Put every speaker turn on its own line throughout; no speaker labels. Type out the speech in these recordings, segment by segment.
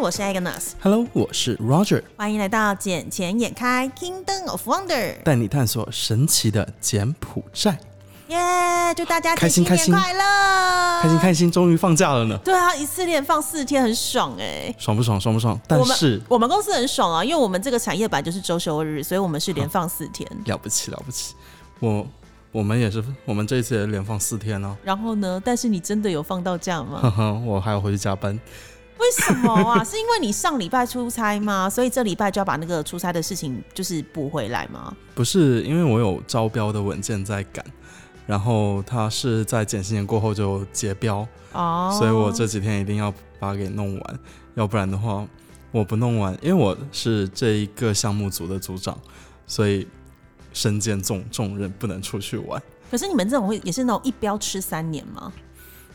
我是 Agnes，
Hello，我是 Roger，
欢迎来到《捡钱眼开 Kingdom of Wonder》，
带你探索神奇的柬埔寨。
耶！祝大家
开心
新年
开心
快乐，
开心开心，终于放假了呢，
对啊，一次连放四天，很爽哎、
爽不爽？爽不爽？但
我们
是
我们公司很爽啊，因为我们这个产业本来就是周休日，所以我们是连放四天。
了不起了不起，我我们也是，我们这一次也连放四天哦。
然后呢？但是你真的有放到假吗？
呵呵，我还要回去加班。
为什么啊？ 是因为你上礼拜出差吗？所以这礼拜就要把那个出差的事情就是补回来吗？
不是因为我有招标的文件在赶，然后它是在减薪年过后就结标，
哦，
所以我这几天一定要把它给弄完，要不然的话我不弄完，因为我是这一个项目组的组长，所以身兼重重任，不能出去玩。
可是你们这种会也是那种一标吃三年吗？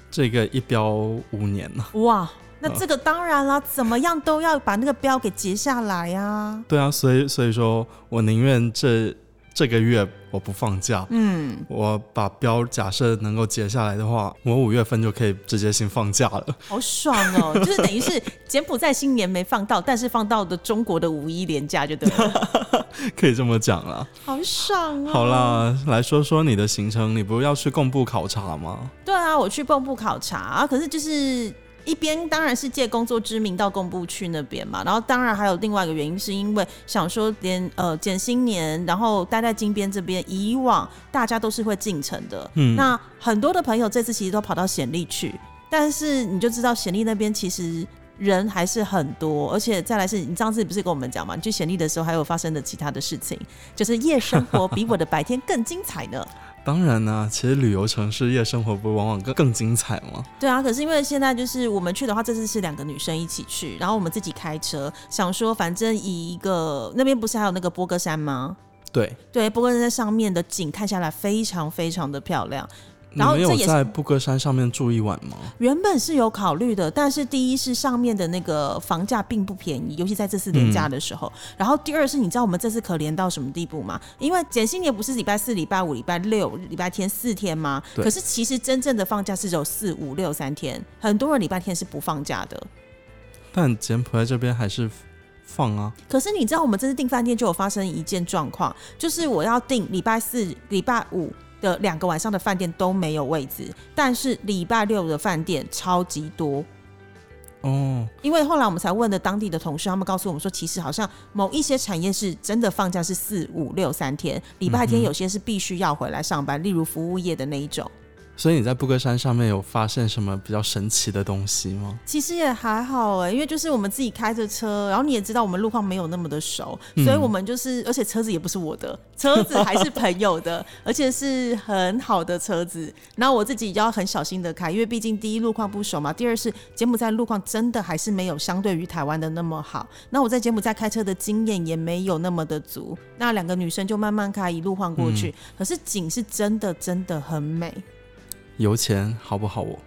这个一标五年啊呢？
哇，那这个当然啦，怎么样都要把那个标给截下来啊。
对啊，所以所以说我宁愿这这个月我不放假，
嗯，
我把标假设能够截下来的话，我五月份就可以直接先放假了。
好爽哦， 就是等于是柬埔寨新年没放到，但是放到的中国的五一连假就对了，
可以这么讲啦。
好爽哦。
好，啦，来说说你的行程，你不是要去贡布考察吗？
对啊，我去蚌埠考察、可是就是。一边当然是借工作之名到贡布去那边嘛，然后当然还有另外一个原因，是因为想说连呃减新年，然后待在金边这边，以往大家都是会进城的，
嗯
那很多的朋友这次其实都跑到暹粒去，但是你就知道暹粒那边其实人还是很多，而且再来是你上次不是跟我们讲嘛，你去暹粒的时候还有发生的其他的事情，就是夜生活比我的白天更精彩呢。
当然啦、其实旅游城市夜生活不是往往更更精彩吗？
对啊，可是因为现在就是我们去的话，这次是两个女生一起去，然后我们自己开车，想说反正以一个那边不是还有那个波哥山吗？
对，
对，波哥山在上面的景看下来非常非常的漂亮。
你
然后
们
这
有
也是
在布格山上面住一晚吗？
原本是有考虑的，但是第一是上面的那个房价并不便宜，尤其在这次廉价的时候。然后第二是，你知道我们这次可怜到什么地步吗？因为减薪年不是礼拜四、礼拜五、礼拜六、礼拜天四天吗？
对
可是其实真正的放假是只有四五六三天，很多人礼拜天是不放假的。
但柬埔寨这边还是放啊，
可是你知道，我们这次订饭店就有发生一件状况，就是我要订礼拜四、礼拜五的两个晚上的饭店都没有位置，但是礼拜六的饭店超级多。
哦，
因为后来我们才问的当地的同事，他们告诉我们说，其实好像某一些产业是真的放假是四五六三天，礼拜天有些是必须要回来上班，例如服务业的那一种。
所以你在布格山上面有发现什么比较神奇的东西吗？
其实也还好哎、因为就是我们自己开着车，然后你也知道我们路况没有那么的熟，所以我们就是，而且车子也不是我的，车子还是朋友的，而且是很好的车子。然后我自己要很小心的开，因为毕竟第一路况不熟嘛，第二是柬埔寨路况真的还是没有相对于台湾的那么好。那我在柬埔寨开车的经验也没有那么的足。那两个女生就慢慢开，一路晃过去，可是景是真的真的很美。
油钱好不好哦？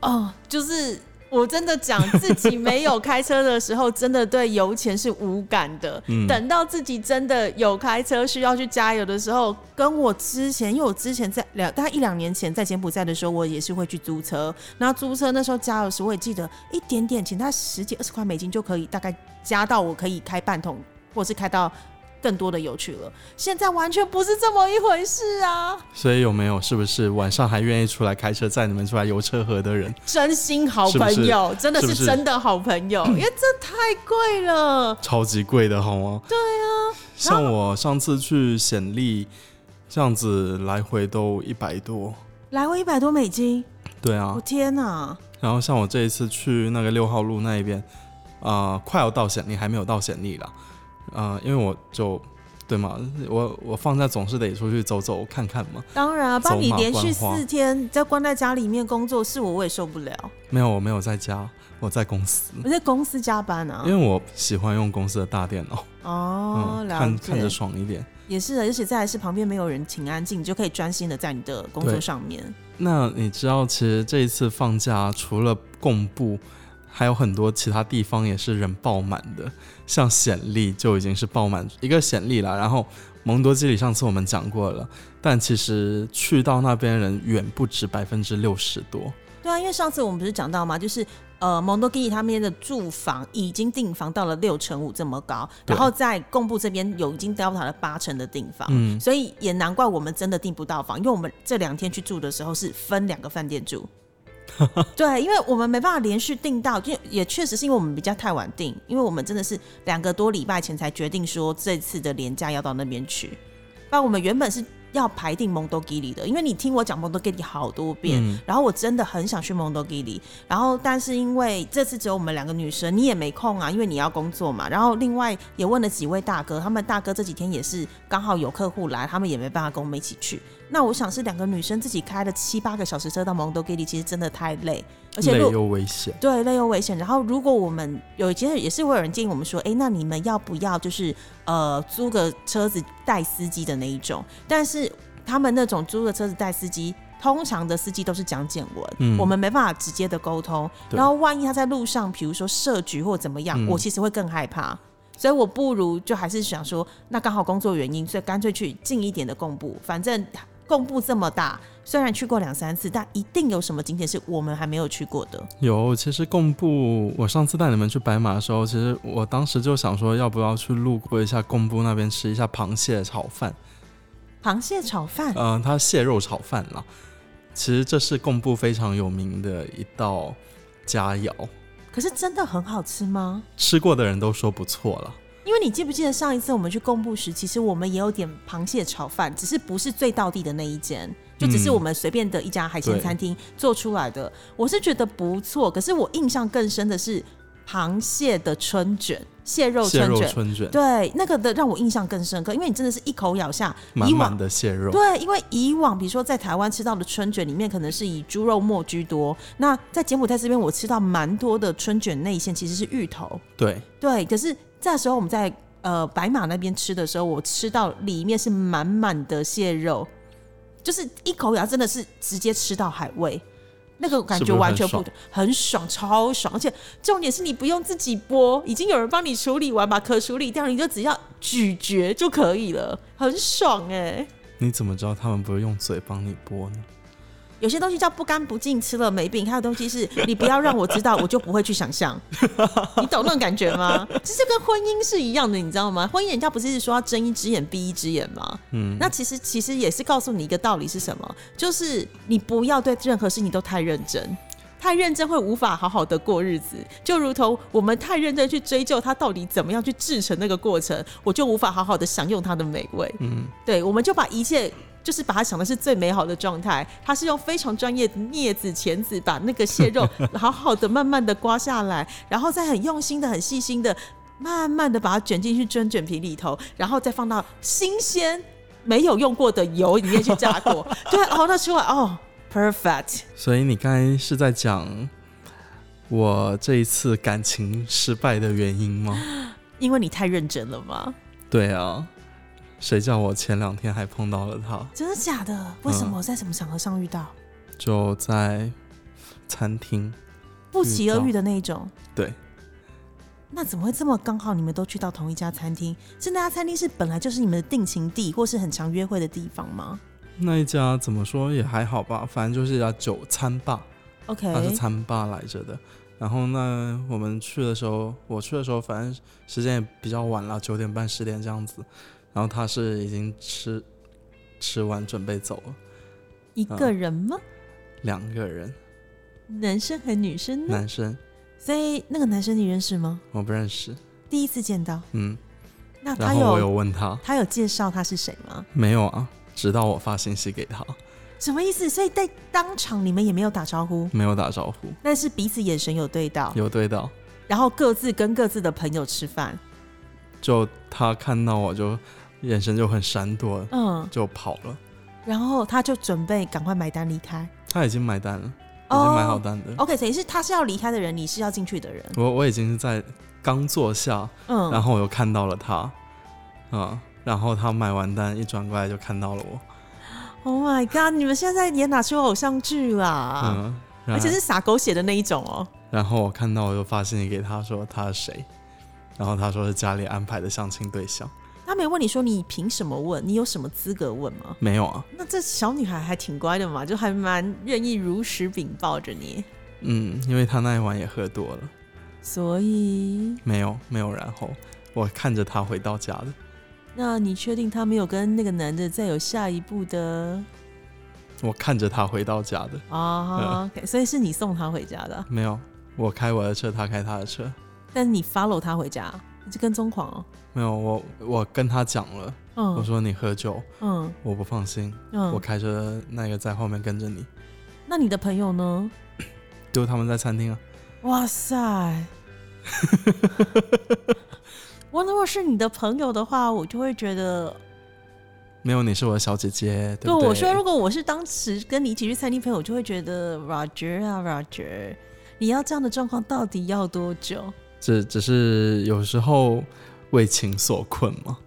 哦，就是我真的讲自己没有开车的时候，真的对油钱是无感的。
嗯
等到自己真的有开车需要去加油的时候，跟我之前，因为我之前在两大概一两年前在柬埔寨的时候，我也是会去租车，然后租车那时候加油时，我也记得一点点钱，大概十几二十块美金就可以大概加到我可以开半桶，或是开到。更多的油去了，现在完全不是这么一回事啊！
所以有没有是不是晚上还愿意出来开车载你们出来游车河的人，
真心好朋友，真的
是
是
不是
真的好朋 友，因为这太贵了。
超级贵的好吗？对啊，像我上次去暹粒，这样子来回都一百多。
来回一百多美金，
对啊
我，天哪！
然后像我这一次去那个六号路那一边，啊、快要到暹粒，还没有到暹粒啦。啊、因为我就对嘛，我我放假总是得出去走走看看嘛。
当然啊，
走
帮你
马
连续
观花
四天在关在家里面工作，是我我也受不了。
没有，我没有在家，我在公司，
我在公司加班啊
因。为我喜欢用公司的大电脑，
哦，
嗯，
了
看看着
解，
爽一点。
也是啊的，而且再来是旁边没有人，请安静，你就可以专心的在你的工作
对
上面。
那你知道，其实这一次放假除了贡布，还有很多其他地方也是人爆满的，像暹粒就已经是爆满一个暹粒啦。然后蒙多基里上次我们讲过了，但其实去到那边人远不止百分之六十多，
对啊，因为上次我们不是讲到嘛，就是呃，蒙多基他们的住房已经订房到了六成五这么高，
对
然后在贡布这边有已经到达了八成的订房，
嗯
所以也难怪我们真的订不到房，因为我们这两天去住的时候是分两个饭店 住。对，因为我们没办法连续订到，就也确实是因为我们比较太晚订，因为我们真的是两个多礼拜前才决定说这次的廉价要到那边去，不然我们原本是要排定蒙多基里的，因为你听我讲蒙多基里好多遍，
嗯
然后我真的很想去蒙多基里，然后但是因为这次只有我们两个女生，你也没空啊，因为你要工作嘛。然后另外也问了几位大哥，他们大哥这几天也是刚好有客户来，他们也没办法跟我们一起去。那我想是两个女生自己开了七八个小时车到蒙多基里，其实真的太累，而且
累
如果
又危险。
对，累又危险。然后，如果我们有其实也是会有人建议我们说，哎，那你们要不要就是呃租个车子带司机的那一种？但是他们那种租个车子带司机，通常的司机都是讲简文，
嗯
我们没办法直接的沟通。
对
然后万一他在路上，比如说设局或怎么样，
嗯
我其实会更害怕。所以我不如就还是想说，那刚好工作原因，所以干脆去近一点的贡布，反正。贡布这么大，虽然去过两三次，但一定有什么景点是我们还没有去过的。
有，其实贡布，我上次带你们去白马的时候，其实我当时就想说，要不要去路过一下贡布那边吃一下螃蟹炒饭？
螃蟹炒饭，
嗯、它蟹肉炒饭啦。其实这是贡布非常有名的一道佳肴，
可是真的很好吃吗？
吃过的人都说不错了。
因为你记不记得上一次我们去贡布时，其实我们也有点螃蟹炒饭，只是不是最道地的那一间，就只是我们随便的一家海鲜餐厅做出来的。我是觉得不错，可是我印象更深的是螃蟹的春卷，蟹肉
蟹
春
肉
卷。
春卷，
对，那个的让我印象更深刻，因为你真的是一口咬下，
满
以往
满的蟹肉。
对，因为以往比如说在台湾吃到的春卷里面，可能是以猪肉末居多。那在柬埔寨这边，我吃到蛮多的春卷内馅其实是芋头。
对，
对，可是这时候我们在呃白马那边吃的时候，我吃到里面是满满的蟹肉，就是一口咬，真的是直接吃到海味。那个感
是不
觉
是
完
很
全不
爽
同，很爽，超爽！而且重点是你不用自己剥，已经有人帮你处理完，把壳处理掉，你就只要咀嚼就可以了，很爽哎、
你怎么知道他们不是用嘴帮你剥呢？
有些东西叫不干不净，吃了没病；还有东西是 你不要让我知道，我就不会去想象。你懂那种感觉吗？其实跟婚姻是一样的，你知道吗？婚姻人家不是说要睁一只眼闭一只眼吗？嗯，那其实其实也是告诉你一个道理是什么，就是你不要对任何事情都太认真。太认真会无法好好的过日子，就如同我们太认真去追究它到底怎么样去制成那个过程，我就无法好好的享用它的美味。
嗯，
对，我们就把一切就是把它想的是最美好的状态。它是用非常专业的镊子、钳子把那个蟹肉 好好的、慢慢的刮下来，然后再很用心的、很细心的、慢慢的把它卷进去蒸卷皮里头，然后再放到新鲜没有用过的油里面去炸过。对，熬得出来哦，perfect。
所以你刚才是在讲我这一次感情失败的原因吗？
因为你太认真了吗？
对啊，谁叫我前两天还碰到了他，
真的假的？为什么我在什么场合上遇到？
就在餐厅。
不期而遇的那一种。
对，
那怎么会这么刚好？你们都去到同一家餐厅？是那家餐厅是本来就是你们的定情地，或是很常约会的地方吗
那一家怎么说也还好吧，反正就是一家酒餐吧，
？OK，
它啊是餐吧来着的。然后呢，我们去的时候，我去的时候，反正时间也比较晚了，九点半、十点这样子。然后他是已经吃吃完准备走了，
一个人吗？
两个人，
男生和女生呢？
男生
所以那个男生你认识吗？
我不认识，
第一次见到，
嗯。
那他
然后
有
我有问他，
他有介绍他是谁吗？
没有啊，直到我发信息给他，
什么意思？所以在当场你们也没有打招呼，
没有打招呼，
但是彼此眼神有对到，
有对到。
然后各自跟各自的朋友吃饭。
就他看到我就眼神就很闪躲，
嗯，
就跑了。
然后他就准备赶快买单离开。
他已经买单了，已经
哦
买好单的。
OK，等于是他是要离开的人，你是要进去的人。
我我已经是在刚坐下，
嗯，
然后我又看到了他，嗯，然后他买完单一转过来就看到了我，
Oh my god！你们现在也拿出偶像剧啦，
嗯，然
啊而且是撒狗血的那一种哦、
然后我看到我就发信息给他说他是谁，然后他说是家里安排的相亲对象，
啊，他没问你说你凭什么问，你有什么资格问吗？
没有啊，
那这小女孩还挺乖的嘛，就还蛮愿意如实禀报着你。
嗯，因为他那一晚也喝多了，
所以，
没有没有然后，我看着他回到家的，
那你确定他没有跟那个男的再有下一步的
我看着他回到家的，嗯
啊、o k 所以是你送他回家的，
没有，我开我的车，他开他的车，
但是你 follow 他回家，你是跟踪狂哦。
没有，我我跟他讲了，我
嗯
说你喝酒，
嗯
我不放心，我
嗯，
开车那个在后面跟着你，
那你的朋友呢？
就他们在餐厅啊，
哇塞！ 我如果是你的朋友的话，我就会觉得，
没有，你是我的小姐姐，对不对？
我说，如果我是当时跟你一起去餐厅朋友，我就会觉得 Roger 啊 Roger，你要这样的状况到底要多久？
只只是有时候为情所困嘛，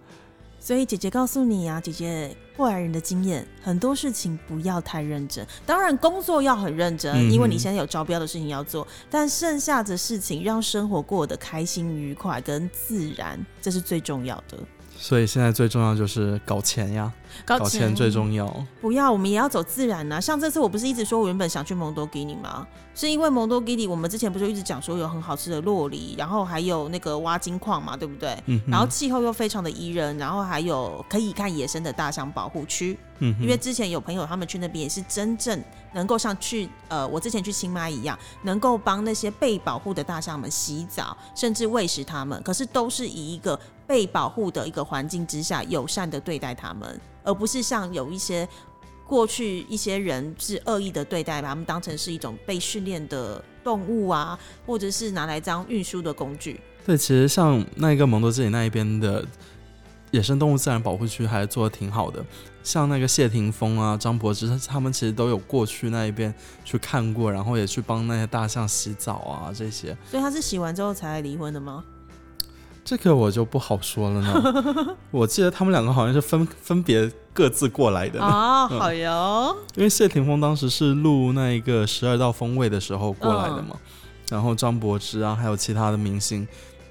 所以姐姐告诉你啊，姐姐过来人的经验，很多事情不要太认真。当然，工作要很认真，
嗯哼
因为你现在有招标的事情要做。但剩下的事情，让生活过得开心、愉快跟自然，这是最重要的。
所以现在最重要就是搞钱呀，
搞
搞钱最重要。
不要，我们也要走自然呐、像这次我不是一直说我原本想去蒙多基尼吗？是因为蒙多基尼，我们之前不是一直讲说有很好吃的洛梨，然后还有那个挖金矿嘛，对不对？
嗯哼，
然后气候又非常的宜人，然后还有可以看野生的大象保护区。
嗯哼，
因为之前有朋友他们去那边也是真正能够像去呃，我之前去清迈一样，能够帮那些被保护的大象们洗澡，甚至喂食它们，可是都是以一个被保护的一个环境之下，友善的对待它们，而不是像有一些。过去一些人是恶意的对待，把它们当成是一种被训练的动物啊，或者是拿来当运输的工具。
对，其实像那一个蒙多基里那一边的野生动物自然保护区还做的挺好的，像那个谢霆锋啊、张柏芝他们其实都有过去那一边去看过，然后也去帮那些大象洗澡啊这些，
所以他是洗完之后才来离婚的吗？
这个我就不好说了呢。 我记得他们两个好像是分分别各自过来的，
哦，好哟，
因为谢霆锋当时是录那一个十二道风味的时候过来的
嗯
嘛，然后张柏芝啊还有其他的明星，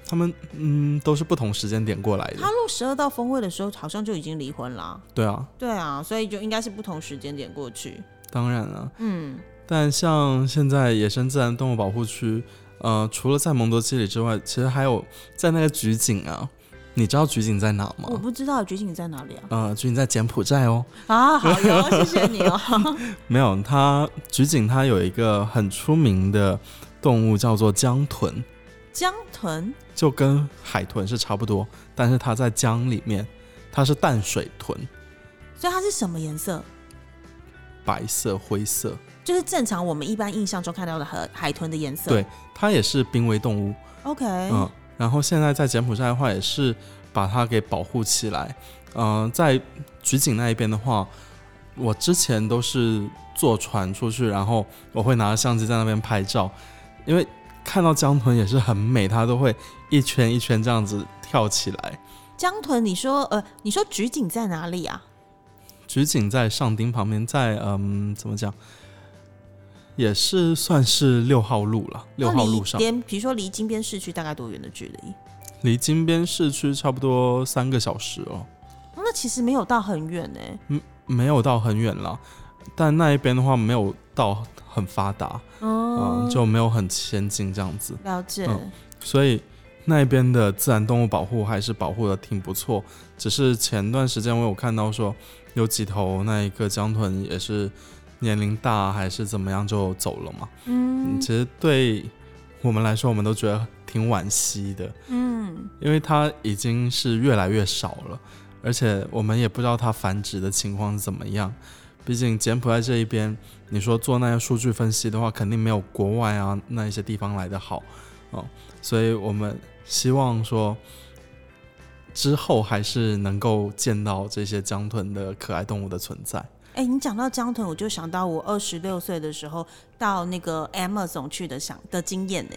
他们嗯都是不同时间点过来的
他，录十二道峰会的时候，好像就已经离婚啦。
对啊，
对啊，所以就应该是不同时间点过去。
当然啊。
嗯，
但像现在野生自然动物保护区，呃，除了在蒙多基里之外，其实还有在那个菊井啊，你知道菊井在哪
我
吗？
不知道觉醒在哪里 啊。
呃，菊井在柬埔寨哦，
啊，好哟，谢谢你哦。
没有，它菊井它有一个很出名的动物叫做江豚，
江豚
就跟海豚是差不多，但是它在江里面，它是淡水豚，
所以它是什么颜色？
白色、灰色，
就是正常我们一般印象中看到的海海豚的颜色。
对它也是濒危动物，
，OK，、
嗯，然后现在在柬埔寨的话，也是把它给保护起来。嗯、在菊井那一边的话，我之前都是坐船出去，然后我会拿着相机在那边拍照，因为看到江豚也是很美，它都会一圈一圈这样子跳起来。
江豚，你说呃，你说菊景在哪里啊？
菊井在上町旁边，在嗯，怎么讲，也是算是六号路了，六号路上
那离边，比如说离金边市区大概多远的距离？
离金边市区差不多三个小时哦。
哦那其实没有到很远呢、
没有到很远了，但那一边的话没有到很发达，
哦、
嗯，就没有很先进这样子，
了解。
嗯所以那一边的自然动物保护还是保护的挺不错。只是前段时间我有看到说，有几头那一个江豚也是年龄大还是怎么样就走了嘛，
嗯
其实对我们来说，我们都觉得挺惋惜的，
嗯，
因为它已经是越来越少了，而且我们也不知道它繁殖的情况是怎么样。毕竟柬埔寨这一边，你说做那些数据分析的话，肯定没有国外啊那一些地方来的好哦，所以我们希望说之后还是能够见到这些江豚的可爱动物的存在。
哎、你讲到江豚，我就想到我二十六岁的时候到那个 Amazon 去的想的经验呢、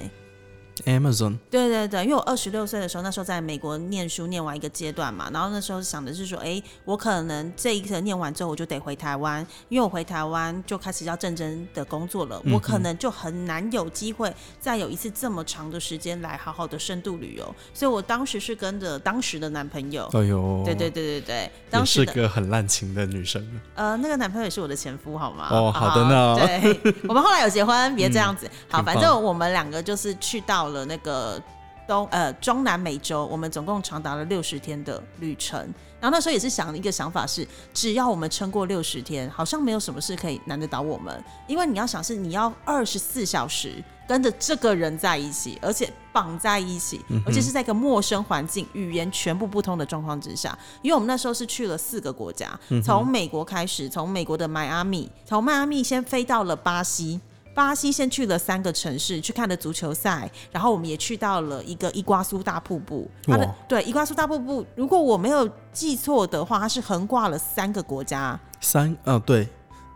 Amazon，
对对对，因为我二十六岁的时候，那时候在美国念书，念完一个阶段嘛，然后那时候想的是说，哎，我可能这一个念完之后，我就得回台湾，因为我回台湾就开始要认真的工作了，
嗯
我可能就很难有机会再有一次这么长的时间来好好的深度旅游，所以我当时是跟着当时的男朋友，
哎呦，
对对，对对对，
也
当时
是
的
个很滥情的女生，
呃，那个男朋友也是我的前夫，好吗？
哦好的呢嗯
对，我们后来有结婚，别这样 子。好，
挺棒
反正我们两个就是去到了那个东呃中南美洲，我们总共长达了六十天的旅程。然后那时候也是想一个想法是，只要我们撑过六十天，好像没有什么事可以难得倒我们，因为你要想是你要二十四小时跟着这个人在一起，而且绑在一起，而且是在一个陌生环境、语言全部不通的状况之下。因为我们那时候是去了四个国家，从美国开始，从美国的迈阿密，从迈阿密先飞到了巴西。巴西先去了三个城市，去看了足球赛，然后我们也去到了一个伊瓜苏大瀑布。它的
哇
对伊瓜苏大瀑布，如果我没有记错的话，它是横跨了三个国家，
三啊对，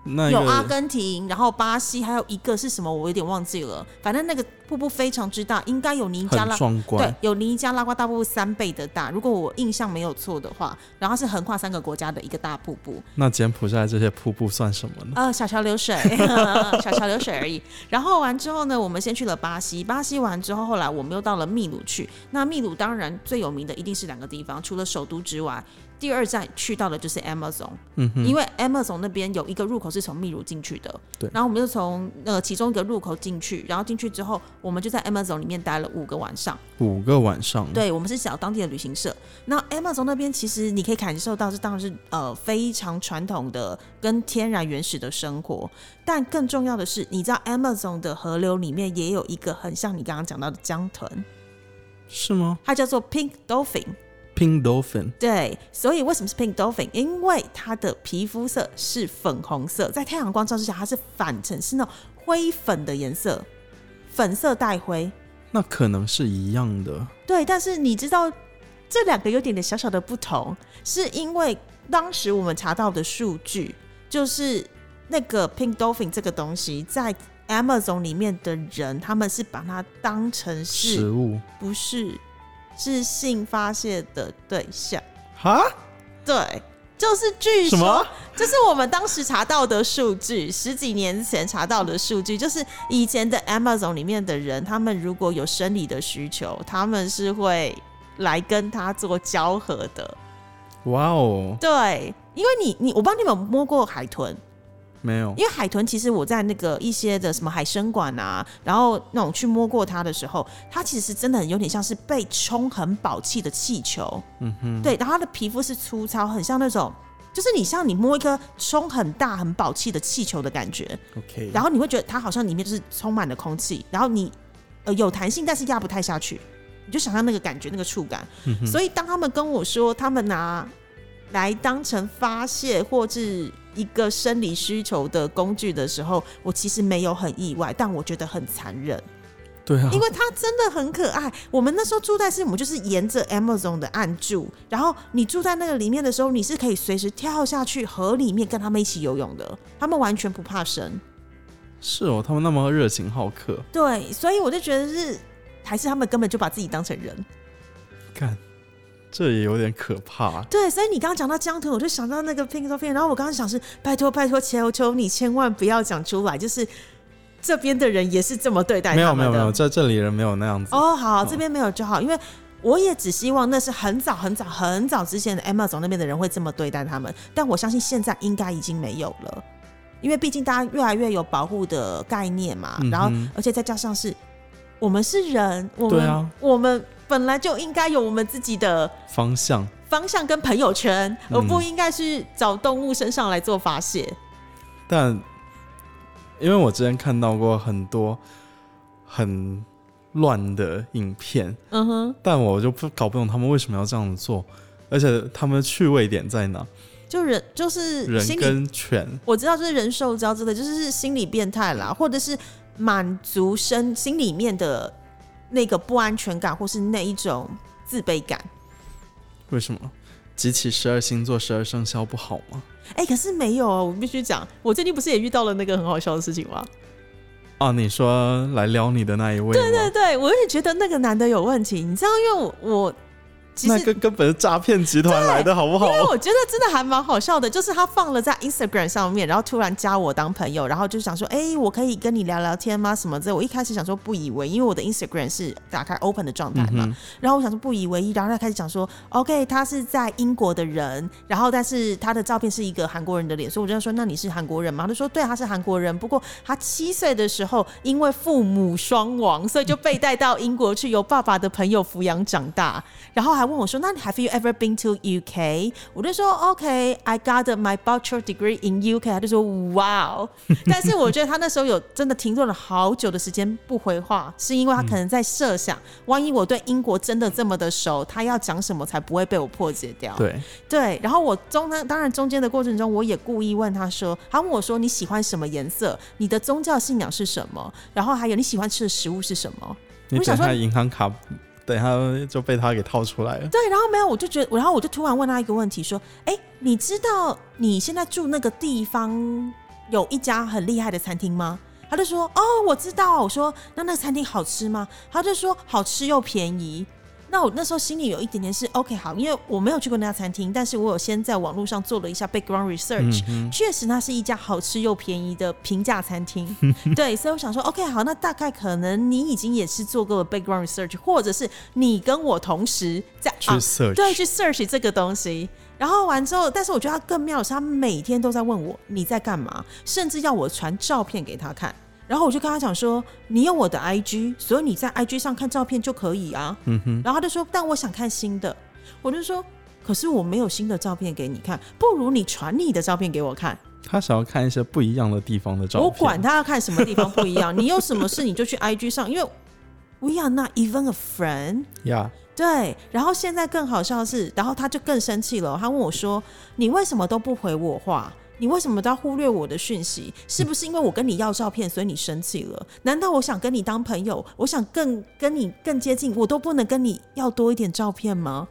那
有阿
个
根廷，然后巴西，还有一个是什么？我有点忘记了。反正那个瀑布非常之大，应该有尼加
很
拉
壮
对
观，，
有尼加拉瓜大瀑布三倍的大，如果我印象没有错的话，然后它是横跨三个国家的一个大瀑布，
那柬埔寨这些瀑布算什么呢？
呃，小桥流水， 小桥流水而已。然后完之后呢，我们先去了巴西，巴西完之后，后来我们又到了秘鲁去。那秘鲁当然最有名的一定是两个地方，除了首都之外，第二站去到的就是 Amazon，、
嗯哼，
因为 Amazon 那边有一个入口是从秘鲁进去的，
对
然后我们就从呃其中一个入口进去，然后进去之后，我们就在 Amazon 里面待了五个晚上。
五个晚上，
对，我们是找当地的旅行社。那 Amazon 那边其实你可以感受到，这当然是呃非常传统的跟天然原始的生活。但更重要的是，你知道 Amazon 的河流里面也有一个很像你刚刚讲到的江豚，
是吗
它叫做 Pink Dolphin。
？Pink Dolphin，
对，所以为什么是 Pink Dolphin？因为它的皮肤色是粉红色，在太阳光照之下，它是反衬，是那种灰粉的颜色，粉色带灰。
那可能是一样的，
对，但是你知道这两个有点点小小的不同，是因为当时我们查到的数据，就是那个 Pink Dolphin 这个东西在 Amazon 里面的人，他们是把它当成
食
是
物
不是是性发泄的对象？
哈？
对，就是据
什么
说，？这是我们当时查到的数据，十几年前查到的数据，就是以前的 Amazon 里面的人，他们如果有生理的需求，他们是会来跟他做交合的。
哇哦，
对，因为你你，我不知道你们有没有摸过海豚，
没有，
因为海豚其实我在那个一些的什么海参馆啊，然后那种去摸过它的时候，它其实真的很有点像是被充很饱气的气球，
嗯哼，
对，然后它的皮肤是粗糙，很像那种，就是你像你摸一颗充很大、很饱气的气球的感觉，
，OK，
然后你会觉得它好像里面就是充满了空气，然后你呃有弹性，但是压不太下去，你就想象那个感觉、那个触感。所以当他们跟我说他们拿来当成发泄或是一个生理需求的工具的时候，我其实没有很意外，但我觉得很残忍。
对啊
因，为它真的很可爱。我们那时候住在是，我们就是沿着 Amazon 的岸住，然后你住在那个里面的时候，你是可以随时跳下去河里面跟他们一起游泳的，他们完全不怕生。
是哦，他们那么热情好客，
对，所以我就觉得是，还是他们根本就把自己当成人。
看，这也有点可怕。
对，所以你刚刚讲到江豚，我就想到那个 Pink Dolphin，然后我刚刚想是，拜托拜托，求求你千万不要讲出来，就是这边的人也是这么对待
没有
他
没有
们
没
的。
有，在这里人没有那样子。嗯
哦，好，这边没有就好，因为我也只希望那是很早很早很早之前的 Amazon 那边的人会这么对待他们，但我相信现在应该已经没有了，因为毕竟大家越来越有保护的概念嘛，
嗯哼
然后而且再加上是我们是人，我
对
们、
啊
我们本来就应该有我们自己的
方向
方向跟朋友圈，
嗯
而不应该是找动物身上来做发泄。
但因为我之前看到过很多很乱的影片，
嗯哼，
但我就不搞不懂他们为什么要这样子做，而且他们的趣味点在哪？
就人就是
人
呃心理
跟犬，
我知道就是人兽交织的，就是心理变态
嗯
啦，或者是满足身心里面的那个不安全感，或是那一种自卑感。
为什么集齐十二星座、十二生肖不好吗？
哎、可是没有哦，我必须讲，我最近不是也遇到了那个很好笑的事情吗？
啊、啊，你说来撩你的那一位吗，对
对对，我也觉得那个男的有问题，你知道，因为我我其实
那个根本是诈骗集团来的好不好？
因为我觉得真的还蛮好笑的，就是他放了在 Instagram 上面，然后突然加我当朋友，然后就想说，哎、我可以跟你聊聊天吗？什么之类。我一开始想说不以为，因为我的 Instagram 是打开 open 的状态
嗯
嘛，
哼，
然后我想说不以为意，然后他开始讲说，OK，他是在英国的人，然后但是他的照片是一个韩国人的脸，所以我就说，那你是韩国人吗？他说对，他是韩国人，不过他七岁的时候因为父母双亡，所以就被带到英国去，由爸爸的朋友抚养长大。然后还问我说，那你 Have you ever been to UK？我就说 OK，I、got my bachelor degree in UK。他就说 Wow，但是我觉得他那时候有真的停顿了好久的时间不回话，是因为他可能在设想，万一我对英国真的这么的熟，他要讲什么才不会被我破解掉？
对，
对然后我中当当然中间的过程中，我也故意问他说，他问我说你喜欢什么颜色？你的宗教信仰是什么？然后还有你喜欢吃的食物是什么？
你
我想
等
说
下银行卡，等下就被他给套出来了。
对，啊然后没有，我就觉得，然后我就突然问他一个问题，说：“哎，你知道你现在住那个地方有一家很厉害的餐厅吗？”他就说：“哦，我知道。”我说：“那那个餐厅好吃吗？”他就说：“好吃又便宜。”那我那时候心里有一点点是 OK 好，因为我没有去过那家餐厅，但是我有先在网络上做了一下 background research，、
嗯
确实，它是一家好吃又便宜的平价餐厅。对，所以我想说，OK，好，那大概可能你已经也是做过了 background research，或者是你跟我同时在啊
去 search
对，去 search 这个东西。然后完之后，但是我觉得他更妙的是，他每天都在问我你在干嘛，甚至要我传照片给他看。然后我就跟他讲说，你有我的 IG，所以你在 IG 上看照片就可以啊。
嗯哼，
然后他就说，但我想看新的。我就说，可是我没有新的照片给你看，不如你传你的照片给我看。
他想要看一些不一样的地方的照片。
我管他要看什么地方不一样，你有什么事你就去 IG 上，因为 we are not even a friend。
呀
对，然后现在更好笑的是，然后他就更生气了，他问我说：“你为什么都不回我话？你为什么都要忽略我的讯息？是不是因为我跟你要照片，所以你生气了？难道我想跟你当朋友，我想更跟你更接近，我都不能跟你要多一点照片吗？”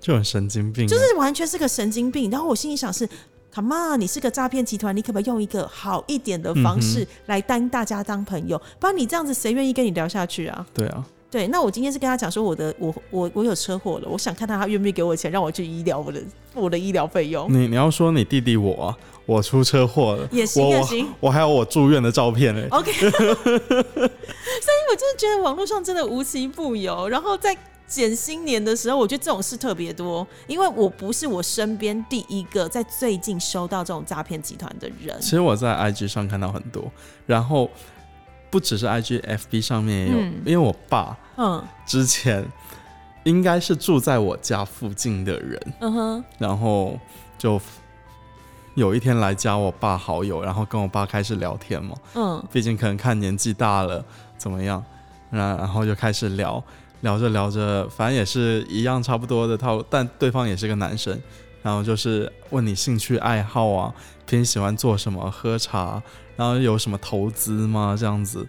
就很神经病啊，
就是完全是个神经病。然后我心里想是，Come on，你是个诈骗集团，你可不可以用一个好一点的方式来当大家当朋友？不然你这样子，谁愿意跟你聊下去啊？
对啊，
对，那我今天是跟他讲说我的我我我有车祸了，我想看他他愿不愿意给我钱让我去医疗我的付我的医疗费用。
你你要说你弟弟我啊，我出车祸了，
也行
我
也
我
行哦
我还有我住院的照片欸嘞、
OK，所以我真的觉得网络上真的无奇不有。然后在减新年的时候，我觉得这种事特别多，因为我不是我身边第一个在最近收到这种诈骗集团的人。
其实我在 IG 上看到很多，然后不只是 IG、FB 上面也有，
嗯
因为我爸
嗯
之前应该是住在我家附近的人，
嗯哼，
然后就有一天来加我爸好友，然后跟我爸开始聊天嘛。
嗯。
毕竟可能看年纪大了怎么样，然然后就开始聊，聊着聊着，反正也是一样差不多的套路，但对方也是个男生，然后就是问你兴趣爱好啊，平时喜欢做什么，喝茶，然后有什么投资吗这样子，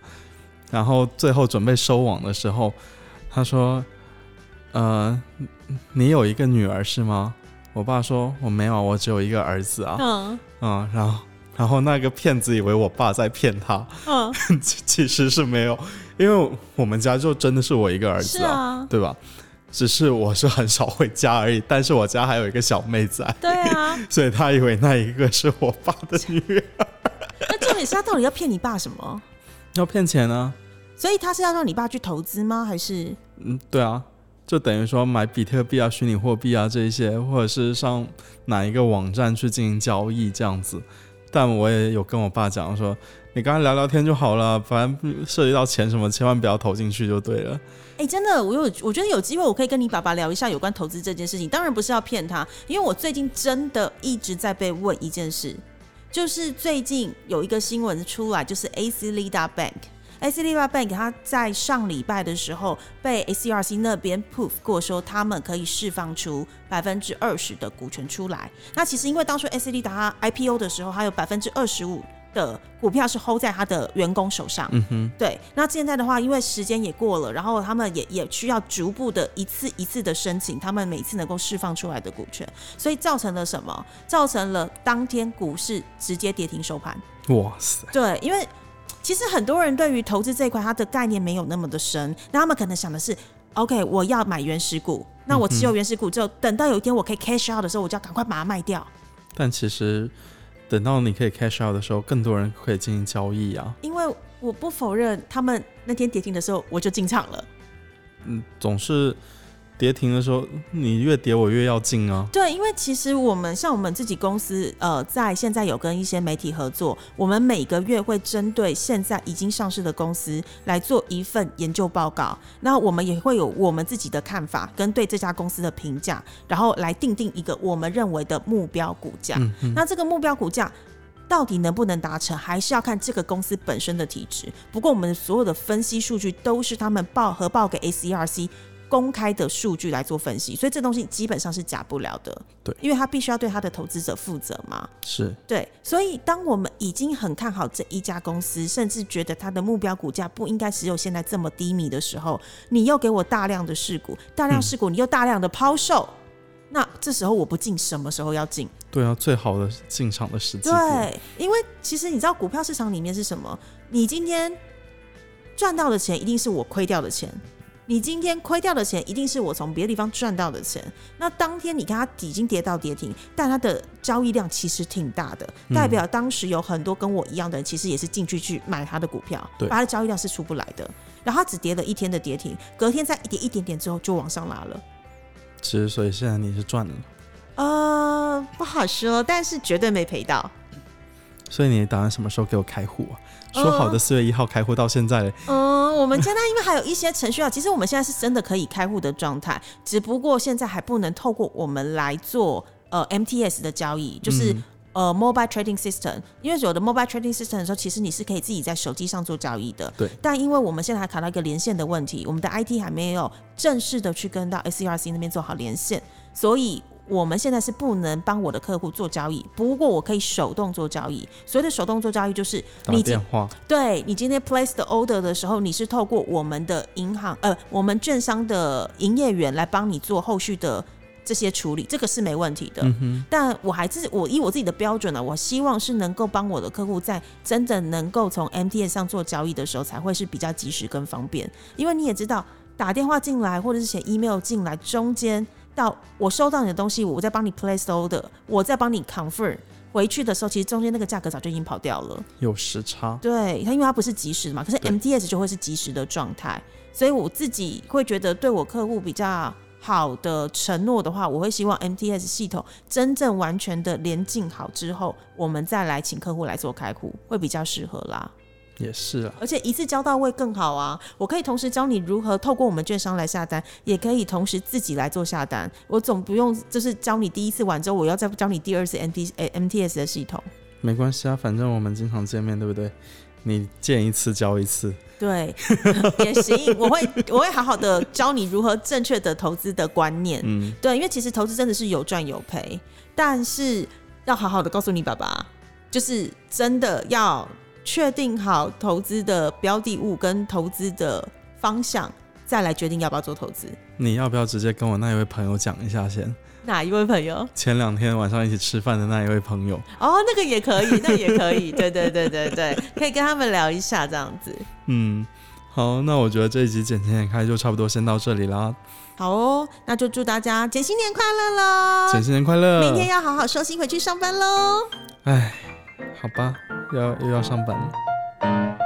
然后最后准备收网的时候，他说，呃，你有一个女儿是吗？我爸说我没有啊，我只有一个儿子啊，
嗯
嗯，然后然后那个骗子以为我爸在骗他，
嗯，
其 其实是没有，因为我们家就真的是我一个儿
是
子啊，
啊，
对吧？只是我是很少回家而已，但是我家还有一个小妹在，
对啊。
所以他以为那一个是我爸的女儿，
那重点是他到底要骗你爸什么？
要骗钱啊，
所以他是要让你爸去投资吗？还是
嗯，对啊，就等于说买比特币啊、虚拟货币啊这一些，或者是上哪一个网站去进行交易这样子。但我也有跟我爸讲说，你刚才聊聊天就好了，反正涉及到钱什么，千万不要投进去就对了。
哎、真的，我有，我觉得有机会我可以跟你爸爸聊一下有关投资这件事情。当然不是要骗他，因为我最近真的一直在被问一件事，就是最近有一个新闻出来，就是 AC Lida Bank。AC Lida Bank 它在上礼拜的时候被 SCRC 那边 proof 过，说他们可以释放出百分之二十的股权出来。那其实因为当初 AC Lida 它 IPO 的时候，它有百分之二十五的股票是 hold 在他的员工手上。
嗯哼。
对，那现在的话，因为时间也过了，然后他们也也需要逐步的一次一次的申请，他们每次能够释放出来的股权，所以造成了什么？造成了当天股市直接跌停收盘。
哇塞，
对，因为其实很多人对于投资这一块，他的概念没有那么的深，那他们可能想的是，OK，我要买原始股，那我持有原始股之后，等到有一天我可以 cash out 的时候，我就要赶快把它卖掉，
但其实等到你可以 cash out 的时候，更多人可以进行交易啊。
因为我不否认，他们那天跌停的时候我就进场了。
嗯，总是跌停的时候，你越跌我越要进啊。
对，因为其实我们像我们自己公司，呃，在现在有跟一些媒体合作，我们每个月会针对现在已经上市的公司来做一份研究报告，那我们也会有我们自己的看法跟对这家公司的评价，然后来定定一个我们认为的目标股价。
嗯嗯，
那这个目标股价到底能不能达成，还是要看这个公司本身的体质。不过，我们所有的分析数据都是他们报核报给 ACRC 公开的数据来做分析，所以这东西基本上是假不了的。
对
因为他必须要对他的投资者负责嘛。
是
对，所以当我们已经很看好这一家公司，甚至觉得它的目标股价不应该只有现在这么低迷的时候，你又给我大量的试股，大量试股，你又大量的抛售，那这时候我不进，什么时候要进？
对啊，最好的进场的时机。，
对，因为其实你知道股票市场里面是什么？你今天赚到的钱一定是我亏掉的钱，你今天亏掉的钱一定是我从别的地方赚到的钱。那当天你看它已经跌到跌停，但它的交易量其实挺大的，代表当时有很多跟我一样的人，其实也是进去去买它的股票，
对
把它的交易量是出不来的。然后它只跌了一天的跌停，隔天再跌一点点之后就往上拉了。
其实所以现在你是赚了，
呃，不好说，但是绝对没赔到。
所以你打算什么时候给我开户啊？说好的四月一号开户到现在嘞，
嗯，我们现在因为还有一些程序啊，其实我们现在是真的可以开户的状态，只不过现在还不能透过我们来做呃 MTS 的交易，就是。
嗯
呃，mobile trading system，因为有的 mobile trading system 的时候，其实你是可以自己在手机上做交易的。
对
但因为我们现在还卡到一个连线的问题，我们的 IT 还没有正式的去跟到 SCRC 那边做好连线，所以我们现在是不能帮我的客户做交易。不过我可以手动做交易。所谓的手动做交易，就是
打
你已经
电话
对你今天 place the order 的时候，你是透过我们的银行呃，我们券商的营业员来帮你做后续的这些处理，这个是没问题的。但我还是我以我自己的标准啊呢、我希望是能够帮我的客户在真的能够从 MTS 上做交易的时候，才会是比较及时跟方便。因为你也知道，打电话进来或者是写 email 进来，中间到我收到你的东西，我再帮你 place the order，我再帮你 confirm。回去的时候，其实中间那个价格早就已经跑掉了。
有时差，
对，它因为它不是及时的嘛，可是
对
MTS 就会是及时的状态，所以我自己会觉得对我客户比较好的承诺的话，我会希望 MTS 系统真正完全的连进好之后，我们再来请客户来做开户，会比较适合啦。
也是啊。
而且一次交到位更好啊！我可以同时教你如何透过我们券商来下单，也可以同时自己来做下单。我总不用就是教你第一次完之后，我要再教你第二次 MT 呃 MTS 的系统。
没关系啊，反正我们经常见面，对不对？你见一次交一次，
对， 也行，我会我会好好的教你如何正确的投资的观念。
嗯，
对，因为其实投资真的是有赚有赔，但是要好好的告诉你爸爸，就是真的要确定好投资的标的物跟投资的方向，再来决定要不要做投资。
你要不要直接跟我那一位朋友讲一下先？
哪一位朋友？
前两天晚上一起吃饭的那一位朋友，
哦，那个也可以，那个也可以，对对对对对，可以跟他们聊一下这样子。
嗯，好，那我觉得这一集剪前眼开就差不多先到这里啦，
好哦，那就祝大家节新年快乐喽！
剪新年快乐！
明天要好好收心回去上班喽。
哎，好吧，要又要上班了。